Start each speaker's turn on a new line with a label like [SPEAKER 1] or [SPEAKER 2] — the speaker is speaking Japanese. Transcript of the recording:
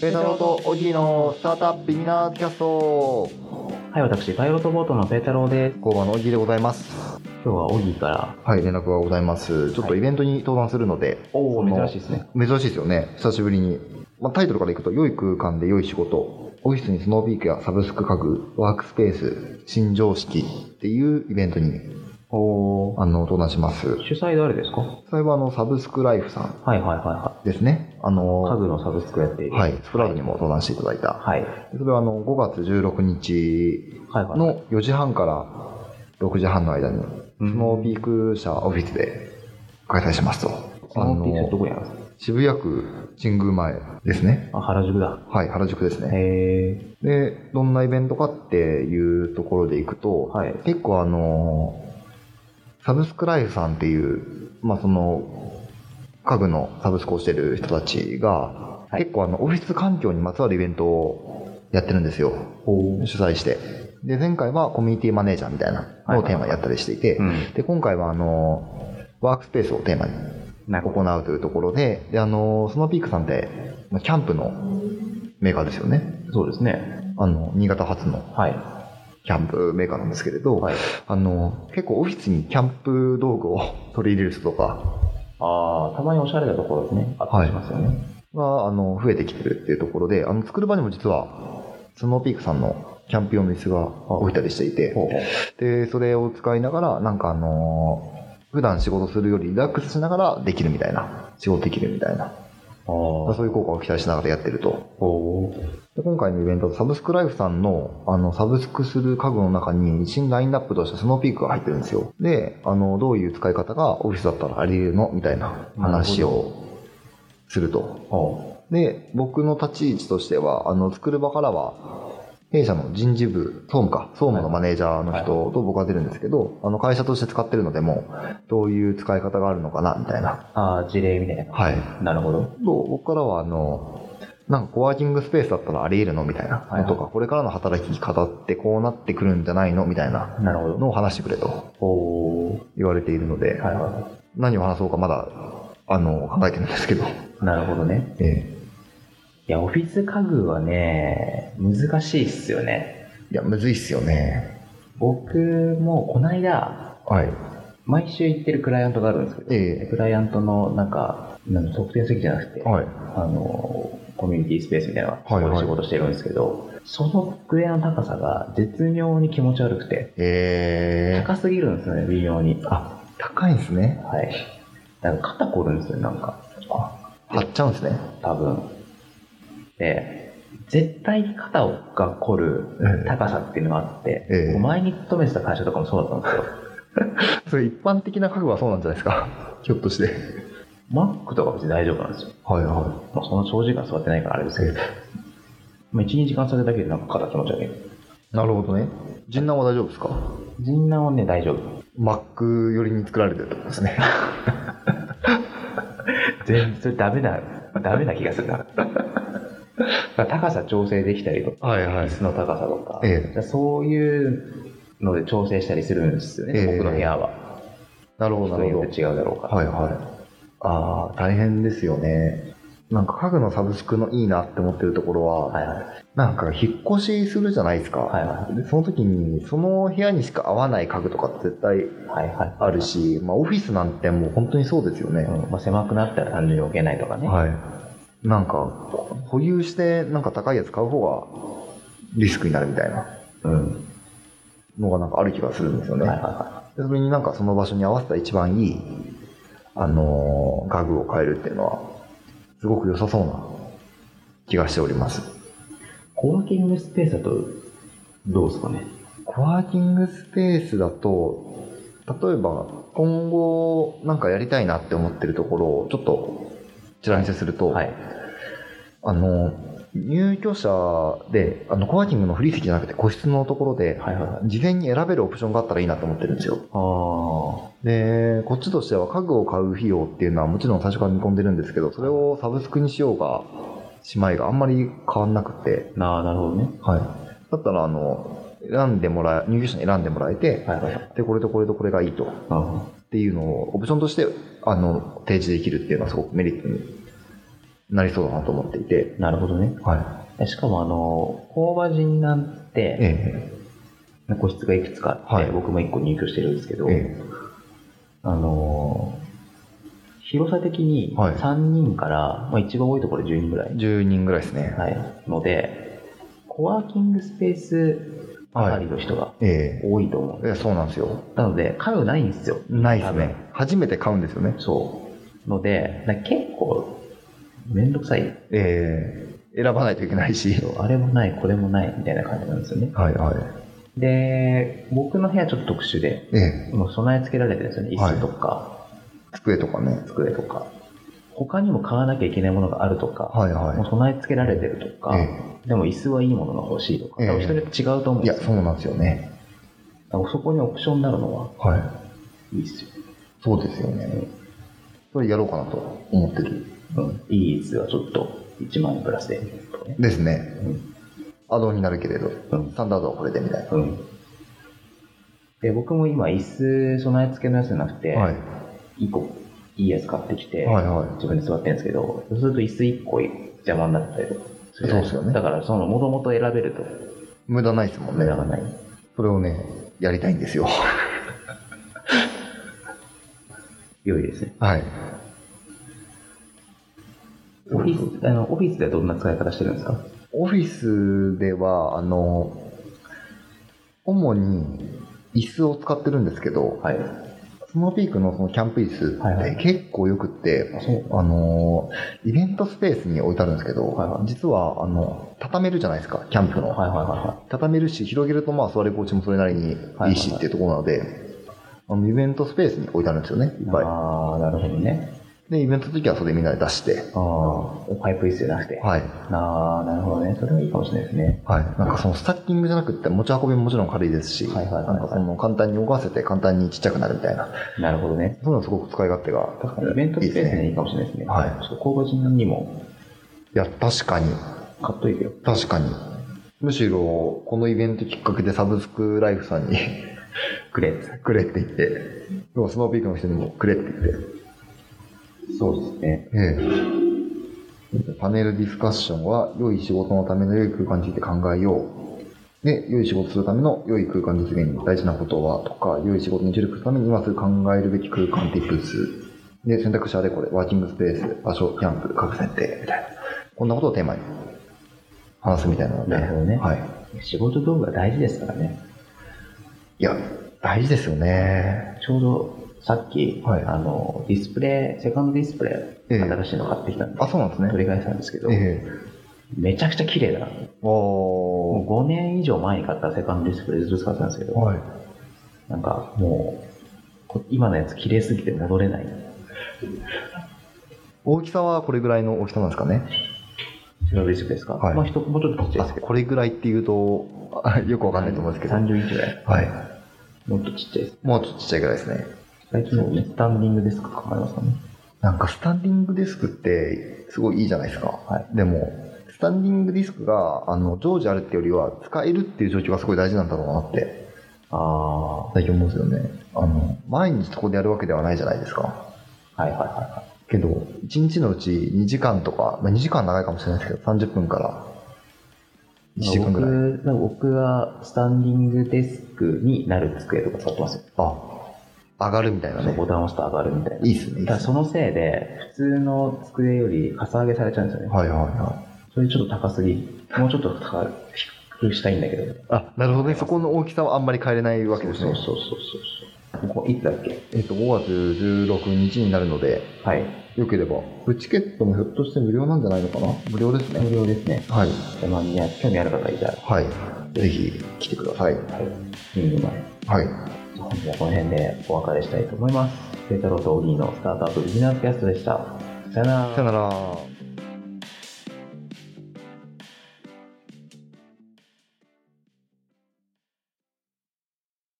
[SPEAKER 1] ペタローとオギーのスタートアップビギナーズキャスト
[SPEAKER 2] はい、私、パイロットボートのペータローです。
[SPEAKER 1] 工場のオギーでございます
[SPEAKER 2] 今日はオギーから。
[SPEAKER 1] はい連絡がございますちょっと
[SPEAKER 2] はい
[SPEAKER 1] イベントに登壇するので、
[SPEAKER 2] お
[SPEAKER 1] ー
[SPEAKER 2] 珍しいですね。
[SPEAKER 1] 珍しいですよね久しぶりに、まあ、タイトルからいくと良い空間で良い仕事オフィスにスノーピークやサブスク家具ワークスペース新常識っていうイベントに
[SPEAKER 2] おー
[SPEAKER 1] あの登壇します
[SPEAKER 2] 主催誰ですかは
[SPEAKER 1] それはあのサブスクライフさん
[SPEAKER 2] いはいはいは
[SPEAKER 1] ですねあの
[SPEAKER 2] い。家具のサブスクやっている。
[SPEAKER 1] はいスプラウドにも登壇していただいた、
[SPEAKER 2] はい。はい
[SPEAKER 1] それはあの5月16日
[SPEAKER 2] はいはい。
[SPEAKER 1] の4時半から6時半の間に、ス
[SPEAKER 2] うん
[SPEAKER 1] ノーピーク社オフィスで開催しますと。
[SPEAKER 2] そのピースど
[SPEAKER 1] あの
[SPEAKER 2] こにあるんですか
[SPEAKER 1] 渋谷区神宮前ですね。
[SPEAKER 2] あ、原宿だ。
[SPEAKER 1] はい、原宿ですね。
[SPEAKER 2] へー
[SPEAKER 1] で、どんなイベントかっていうところでいくと、
[SPEAKER 2] はい
[SPEAKER 1] 結構あの、サブスクライフさんっていう、まあその、家具のサブスクをしてる人たちが、
[SPEAKER 2] はい
[SPEAKER 1] 結構あの、オフィス環境にまつわるイベントをやってるんですよ。
[SPEAKER 2] おー
[SPEAKER 1] 主催して。で、前回はコミュニティマネージャーみたいなのをテーマにやったりしていて、
[SPEAKER 2] うん。
[SPEAKER 1] で、今回はあの、ワークスペースをテーマに
[SPEAKER 2] なるほど。
[SPEAKER 1] 行うというところで、で、あの、スノーピークさんって、まあキャンプのメーカーですよね。
[SPEAKER 2] そうですね。
[SPEAKER 1] あの、新潟発の
[SPEAKER 2] はい。
[SPEAKER 1] キャンプメーカーなんですけれど、
[SPEAKER 2] はい。
[SPEAKER 1] あの、結構オフィスにキャンプ道具を取り入れる人とか
[SPEAKER 2] あー、たまにおしゃれなところですね。あったりしますよね。
[SPEAKER 1] が、あの、増えてきてるっていうところで、あの、作る場にも実は、スノーピークさんのキャンプ用の椅子が置いたりしていて、
[SPEAKER 2] ほうほう
[SPEAKER 1] で、それを使いながら、なんかあのー普段仕事するよりリラックスしながらできるみたいな、仕事できるみたいな、まあ
[SPEAKER 2] あ
[SPEAKER 1] そういう効果を期待しながらやってると。
[SPEAKER 2] ー。おー。
[SPEAKER 1] で今回のイベント、サブスクライフさんの、あの、サブスクする家具の中に、新ラインナップとしてスノーピークが入ってるんですよ。で、あの、どういう使い方がオフィスだったらあり得るのみたいな話をすると。
[SPEAKER 2] お
[SPEAKER 1] で、僕の立ち位置としては、あの、作る場からは、弊社の人事部、総務か、総務のマネージャーの人と僕が出るんですけど、あの、会社として使ってるのでも、どういう使い方があるのかな、みたいな。
[SPEAKER 2] あー、事例みたいな。
[SPEAKER 1] はい。
[SPEAKER 2] なるほど。
[SPEAKER 1] と、僕からは、あの、なんかコワーキングスペースだったらあり得るのみたいな
[SPEAKER 2] はいはい
[SPEAKER 1] のとか、これからの働き方ってこうなってくるんじゃないのみたいな
[SPEAKER 2] なるほど。
[SPEAKER 1] のを話してくれと
[SPEAKER 2] おー。
[SPEAKER 1] 言われているので、
[SPEAKER 2] はいは
[SPEAKER 1] 何を話そうかまだ、あの、考えてるんですけど。
[SPEAKER 2] い。なるほどね。
[SPEAKER 1] え
[SPEAKER 2] いや、オフィス家具はね、難しいっすよね。
[SPEAKER 1] えいや、むずいっすよね。
[SPEAKER 2] 僕もこないだ、
[SPEAKER 1] はい。
[SPEAKER 2] 毎週行ってるクライアントがあるんですけど、
[SPEAKER 1] え
[SPEAKER 2] クライアントのなんか、なん特定席じゃなくて、
[SPEAKER 1] えはい。
[SPEAKER 2] あの、コミュニティスペースみたいな、
[SPEAKER 1] はいはい
[SPEAKER 2] そこで仕事してるんですけど、その机の高さが絶妙に気持ち悪くて、
[SPEAKER 1] えー、
[SPEAKER 2] 高すぎるんですよね、微妙に。
[SPEAKER 1] あ、高いんですね。
[SPEAKER 2] はい。なんか肩凝るんですよ、なんか。
[SPEAKER 1] 張っちゃうんですね。
[SPEAKER 2] 多分。で、絶対に肩が凝る高さっていうのがあって、
[SPEAKER 1] ええ
[SPEAKER 2] 前に勤めてた会社とかもそうだったんですよ。
[SPEAKER 1] それ一般的な家具はそうなんじゃないですか。 ひょっとして。
[SPEAKER 2] マックとか別に大丈夫なんですよ。
[SPEAKER 1] はいは
[SPEAKER 2] まあ、その長時間座ってないからあれですけど。まあ、1、2時間座ってるだけでなんか肩気持ち悪い。
[SPEAKER 1] い。なるほどね。人難は大丈夫ですか
[SPEAKER 2] 人難はね、大丈夫。
[SPEAKER 1] ?Mac 寄りに作られてるってことですね。
[SPEAKER 2] 全然、それダメな、ダメな気がするな。だ から高さ調整できたりとか、
[SPEAKER 1] はいは
[SPEAKER 2] 椅子の高さとか、
[SPEAKER 1] ええ
[SPEAKER 2] だからそういうので調整したりするんですよね、
[SPEAKER 1] ええ
[SPEAKER 2] 僕の部屋は。
[SPEAKER 1] なるほど
[SPEAKER 2] 人
[SPEAKER 1] な
[SPEAKER 2] に
[SPEAKER 1] る
[SPEAKER 2] よ
[SPEAKER 1] ほ
[SPEAKER 2] っ
[SPEAKER 1] ど。
[SPEAKER 2] て違うだろうから。
[SPEAKER 1] はいはい。ああ、大変ですよね。なんか家具のサブスクのいいなって思ってるところは、
[SPEAKER 2] はいはい。
[SPEAKER 1] なんか引っ越しするじゃないですか。
[SPEAKER 2] はいは
[SPEAKER 1] でその時に、その部屋にしか合わない家具とかって絶対
[SPEAKER 2] はいはい。
[SPEAKER 1] あるし、まあオフィスなんてもう本当にそうですよね。
[SPEAKER 2] うんまあ、狭くなったら単純に置けないとかね。
[SPEAKER 1] はい。なんか、保有して、なんか高いやつ買う方がリスクになるみたいな
[SPEAKER 2] うん。
[SPEAKER 1] のがなんかある気がするんですよね。
[SPEAKER 2] はいはいは
[SPEAKER 1] でそれになんかその場所に合わせた一番いい、あのー、家具を変えるっていうのは、すごく良さそうな気がしております。
[SPEAKER 2] い。コワーキングスペースだと、どうですかね。
[SPEAKER 1] コワーキングスペースだと、例えば今後なんかやりたいなって思ってるところをちょっとちら見せすると、
[SPEAKER 2] はい。
[SPEAKER 1] あの、入居者で、あの、コワーキングのフリー席じゃなくて個室のところで、
[SPEAKER 2] はいはいはい。
[SPEAKER 1] 事前に選べるオプションがあったらいいなと思ってるんですよ。
[SPEAKER 2] ああ。
[SPEAKER 1] で、こっちとしては家具を買う費用っていうのはもちろん最初から見込んでるんですけど、それをサブスクにしようが、しまいがあんまり変わんなくて、
[SPEAKER 2] なあ、なるほどね。
[SPEAKER 1] はい。だったら、あの、選んでもらえ、入居者に選んでもらえて、
[SPEAKER 2] はいはいはい。
[SPEAKER 1] で、これとこれとこれがいいと、っ
[SPEAKER 2] なるほど
[SPEAKER 1] ていうのをオプションとして、あの、提示できるっていうのはすごくメリットになりそうだなと思っていて、
[SPEAKER 2] なるほどね。
[SPEAKER 1] は
[SPEAKER 2] えしかも、あの、工場人なん
[SPEAKER 1] い。
[SPEAKER 2] て、
[SPEAKER 1] え
[SPEAKER 2] 個室がいくつかあっ
[SPEAKER 1] は
[SPEAKER 2] て、
[SPEAKER 1] い
[SPEAKER 2] 僕も一個入居してるんですけ
[SPEAKER 1] え
[SPEAKER 2] ど、
[SPEAKER 1] え
[SPEAKER 2] あのー広さ的に
[SPEAKER 1] はい
[SPEAKER 2] 3人から、まあ、一番多いところで10人ぐら
[SPEAKER 1] え
[SPEAKER 2] い、
[SPEAKER 1] 10人ぐらいですね。
[SPEAKER 2] はい、ので、コワーキングスペースあたりの人が
[SPEAKER 1] え
[SPEAKER 2] 多いと思う。
[SPEAKER 1] えいやそうなんですよ。
[SPEAKER 2] なので、家具ないんですよ。
[SPEAKER 1] ないです
[SPEAKER 2] 多
[SPEAKER 1] ね
[SPEAKER 2] 分。
[SPEAKER 1] 初めて買うんですよね。
[SPEAKER 2] そう。ので、なんか結構、めんどくさい。
[SPEAKER 1] ええ選ばないといけないし。
[SPEAKER 2] あれもない、これもない、みたいな感じなんですよね。
[SPEAKER 1] はいはい。
[SPEAKER 2] で、僕の部屋ちょっと特殊で、
[SPEAKER 1] ええ
[SPEAKER 2] もう備え付けられてるんですよね。
[SPEAKER 1] はい
[SPEAKER 2] 椅子とか、
[SPEAKER 1] 机とかね。
[SPEAKER 2] 机とか。他にも買わなきゃいけないものがあるとか、
[SPEAKER 1] はいはい
[SPEAKER 2] もう。備え付けられてるとか、
[SPEAKER 1] え
[SPEAKER 2] でも椅子はいいものが欲しいとか、
[SPEAKER 1] ええ
[SPEAKER 2] 多分人によって違うと思うん
[SPEAKER 1] えい
[SPEAKER 2] で
[SPEAKER 1] や、
[SPEAKER 2] すよ。
[SPEAKER 1] そうなんですよね。
[SPEAKER 2] だからそこにオプションになるのは
[SPEAKER 1] はい。
[SPEAKER 2] いいですよ。
[SPEAKER 1] そうですよね。それやろうかなと思ってる。
[SPEAKER 2] うん、いい椅子はちょっと1万円プラスで、とかね。
[SPEAKER 1] ですね。
[SPEAKER 2] うん。
[SPEAKER 1] アドオンになるけれど、
[SPEAKER 2] うん
[SPEAKER 1] スタンダードはこれでみたい
[SPEAKER 2] うん。で、僕も今椅子備え付けのやつじゃなくて、
[SPEAKER 1] な。はい。
[SPEAKER 2] 一個いいやつ買ってきて、
[SPEAKER 1] はいは
[SPEAKER 2] 自分で座ってるんですけど、そうすると椅子一個邪魔になったりとかするじゃな
[SPEAKER 1] そう
[SPEAKER 2] いか
[SPEAKER 1] ですよね
[SPEAKER 2] だから、その、もともと選べると、
[SPEAKER 1] い。無駄ないですもん
[SPEAKER 2] 無
[SPEAKER 1] ね
[SPEAKER 2] 駄。がない。
[SPEAKER 1] それをね、やりたいんですよ。
[SPEAKER 2] 良いですね。
[SPEAKER 1] はい。
[SPEAKER 2] オフィス、あの、オフィスではどんな使い方してるんですか
[SPEAKER 1] オフィスでは、あの、主に椅子を使ってるんですけど、
[SPEAKER 2] はい。
[SPEAKER 1] スノーピークのそのキャンプ椅子
[SPEAKER 2] はいはい
[SPEAKER 1] って結構よくって、
[SPEAKER 2] あ、そう。
[SPEAKER 1] あのーイベントスペースに置いてあるんですけど、
[SPEAKER 2] はいはい
[SPEAKER 1] 実はあの畳めるじゃないですかキャンプの、
[SPEAKER 2] はいはいはいは
[SPEAKER 1] 畳めるし広げるとまあ座り心地もそれなりにいいしっていうところなので、あのイベントスペースに置いてあるんですよねい
[SPEAKER 2] い。
[SPEAKER 1] っぱ
[SPEAKER 2] ああ、なるほどね。
[SPEAKER 1] いでイベントの時はそれみんなで出して
[SPEAKER 2] ああ、パイプ椅子じゃなくて。
[SPEAKER 1] はい
[SPEAKER 2] ああ、なるほどね。それはいいかもしれないですね。
[SPEAKER 1] はい、なんかそのスタッキングじゃなくって持ち運びももちろん軽いですし、
[SPEAKER 2] はいはいはいはい
[SPEAKER 1] なんかその簡単に動かせて簡単にちっちゃくなるみたいな
[SPEAKER 2] なるほどね。
[SPEAKER 1] そういうのすごく使い勝手が
[SPEAKER 2] 確かにイベントスペースにはいいかもしれないですね。
[SPEAKER 1] はい
[SPEAKER 2] ちょっと工場人にも
[SPEAKER 1] いや確かに
[SPEAKER 2] 買っといてよ。
[SPEAKER 1] 確かに。むしろ、このイベントきっかけでサブスクライフさんに
[SPEAKER 2] くれって。
[SPEAKER 1] くれって言って、要はスノーピークの人にもくれって言って、
[SPEAKER 2] そうですね。
[SPEAKER 1] ええパネルディスカッションは、良い仕事のための良い空間について考えよう。で、良い仕事するための良い空間実現に大事なことは、とか、良い仕事に努力するために今すぐ考えるべき空間ティップス。で、選択肢はあれこれ、ワーキングスペース、場所、キャンプ、各選定、みたいな。こんなことをテーマに話すみたいなので。
[SPEAKER 2] なるほどね
[SPEAKER 1] はい。
[SPEAKER 2] 仕事道具は大事ですからね。
[SPEAKER 1] いや、大事ですよね。
[SPEAKER 2] ちょうどさっき、
[SPEAKER 1] はい
[SPEAKER 2] あの、ディスプレイ、セカンドディスプレイ、
[SPEAKER 1] ええ
[SPEAKER 2] 新しいの買ってきたんで、
[SPEAKER 1] あ、そうなんですね。
[SPEAKER 2] 取り返したんですけど、
[SPEAKER 1] え
[SPEAKER 2] めちゃくちゃ綺麗だな。
[SPEAKER 1] えお
[SPEAKER 2] もう5年以上前に買ったセカンドディスプレイずっと使ってたんですけど、
[SPEAKER 1] はい。
[SPEAKER 2] なんかもう、こ今のやつ綺麗すぎて戻れない。
[SPEAKER 1] 大きさはこれぐらいの大きさなんですかね。
[SPEAKER 2] セカンドディスプレイですか、
[SPEAKER 1] はい
[SPEAKER 2] まあ人、もうちょっとちっちゃいですけど。
[SPEAKER 1] これぐらいっていうと、 あよくわかんないと思うんですけど。
[SPEAKER 2] 30インチぐらい。
[SPEAKER 1] はい。
[SPEAKER 2] もっとちっちゃいです。
[SPEAKER 1] もうちょっとちっちゃいぐらいですね。
[SPEAKER 2] 最近もね、スタンディングデスクとかありますかね。
[SPEAKER 1] なんかスタンディングディスクって、すごいいいじゃないですか。でも、スタンディングディスクが、あの、常時あるってよりは、使えるっていう状況がすごい大事なんだろうなって、
[SPEAKER 2] ああ、は
[SPEAKER 1] 最近思うんですよね。あの、毎日そこでやるわけではないじゃないですか。
[SPEAKER 2] いはいはいは
[SPEAKER 1] けど、1日のうち2時間とか、まあ、2時間長いかもしれないですけど、30分から
[SPEAKER 2] い。
[SPEAKER 1] 1時間ぐらい。
[SPEAKER 2] 僕なんか僕はスタンディングデスクになる机とか使ってますよ。
[SPEAKER 1] あ、上がるみたいな
[SPEAKER 2] そう
[SPEAKER 1] ね
[SPEAKER 2] ボ。タンを押すと上がるみたいな。
[SPEAKER 1] いいっすね、いい
[SPEAKER 2] た
[SPEAKER 1] っ
[SPEAKER 2] だ
[SPEAKER 1] すね。
[SPEAKER 2] そのせいで、普通の机よりかさ上げされちゃうんですよね。
[SPEAKER 1] はいはいはい。
[SPEAKER 2] それちょっと高すぎ。もうちょっと高くしたいんだけど。
[SPEAKER 1] あ、なるほどね。そこの大きさはあんまり変えれないわけです
[SPEAKER 2] そう
[SPEAKER 1] ね。
[SPEAKER 2] そうそうそうそう。ここいつだっけ
[SPEAKER 1] えっと、5月16日になるので、
[SPEAKER 2] はい。
[SPEAKER 1] よければ。チケットもひょっとして無料なんじゃないのかな無料です
[SPEAKER 2] 無
[SPEAKER 1] ね。
[SPEAKER 2] 料ですね。
[SPEAKER 1] はい。
[SPEAKER 2] じゃあまあみんな興味ある方いたら、は
[SPEAKER 1] はい。ぜひ来てください。
[SPEAKER 2] い。見に来ます
[SPEAKER 1] はい。
[SPEAKER 2] 本日はこの辺でお別れしたいと思います。ペトロとオギーのスタートアップビギナーズキャストでした。さよなら
[SPEAKER 1] さよなら。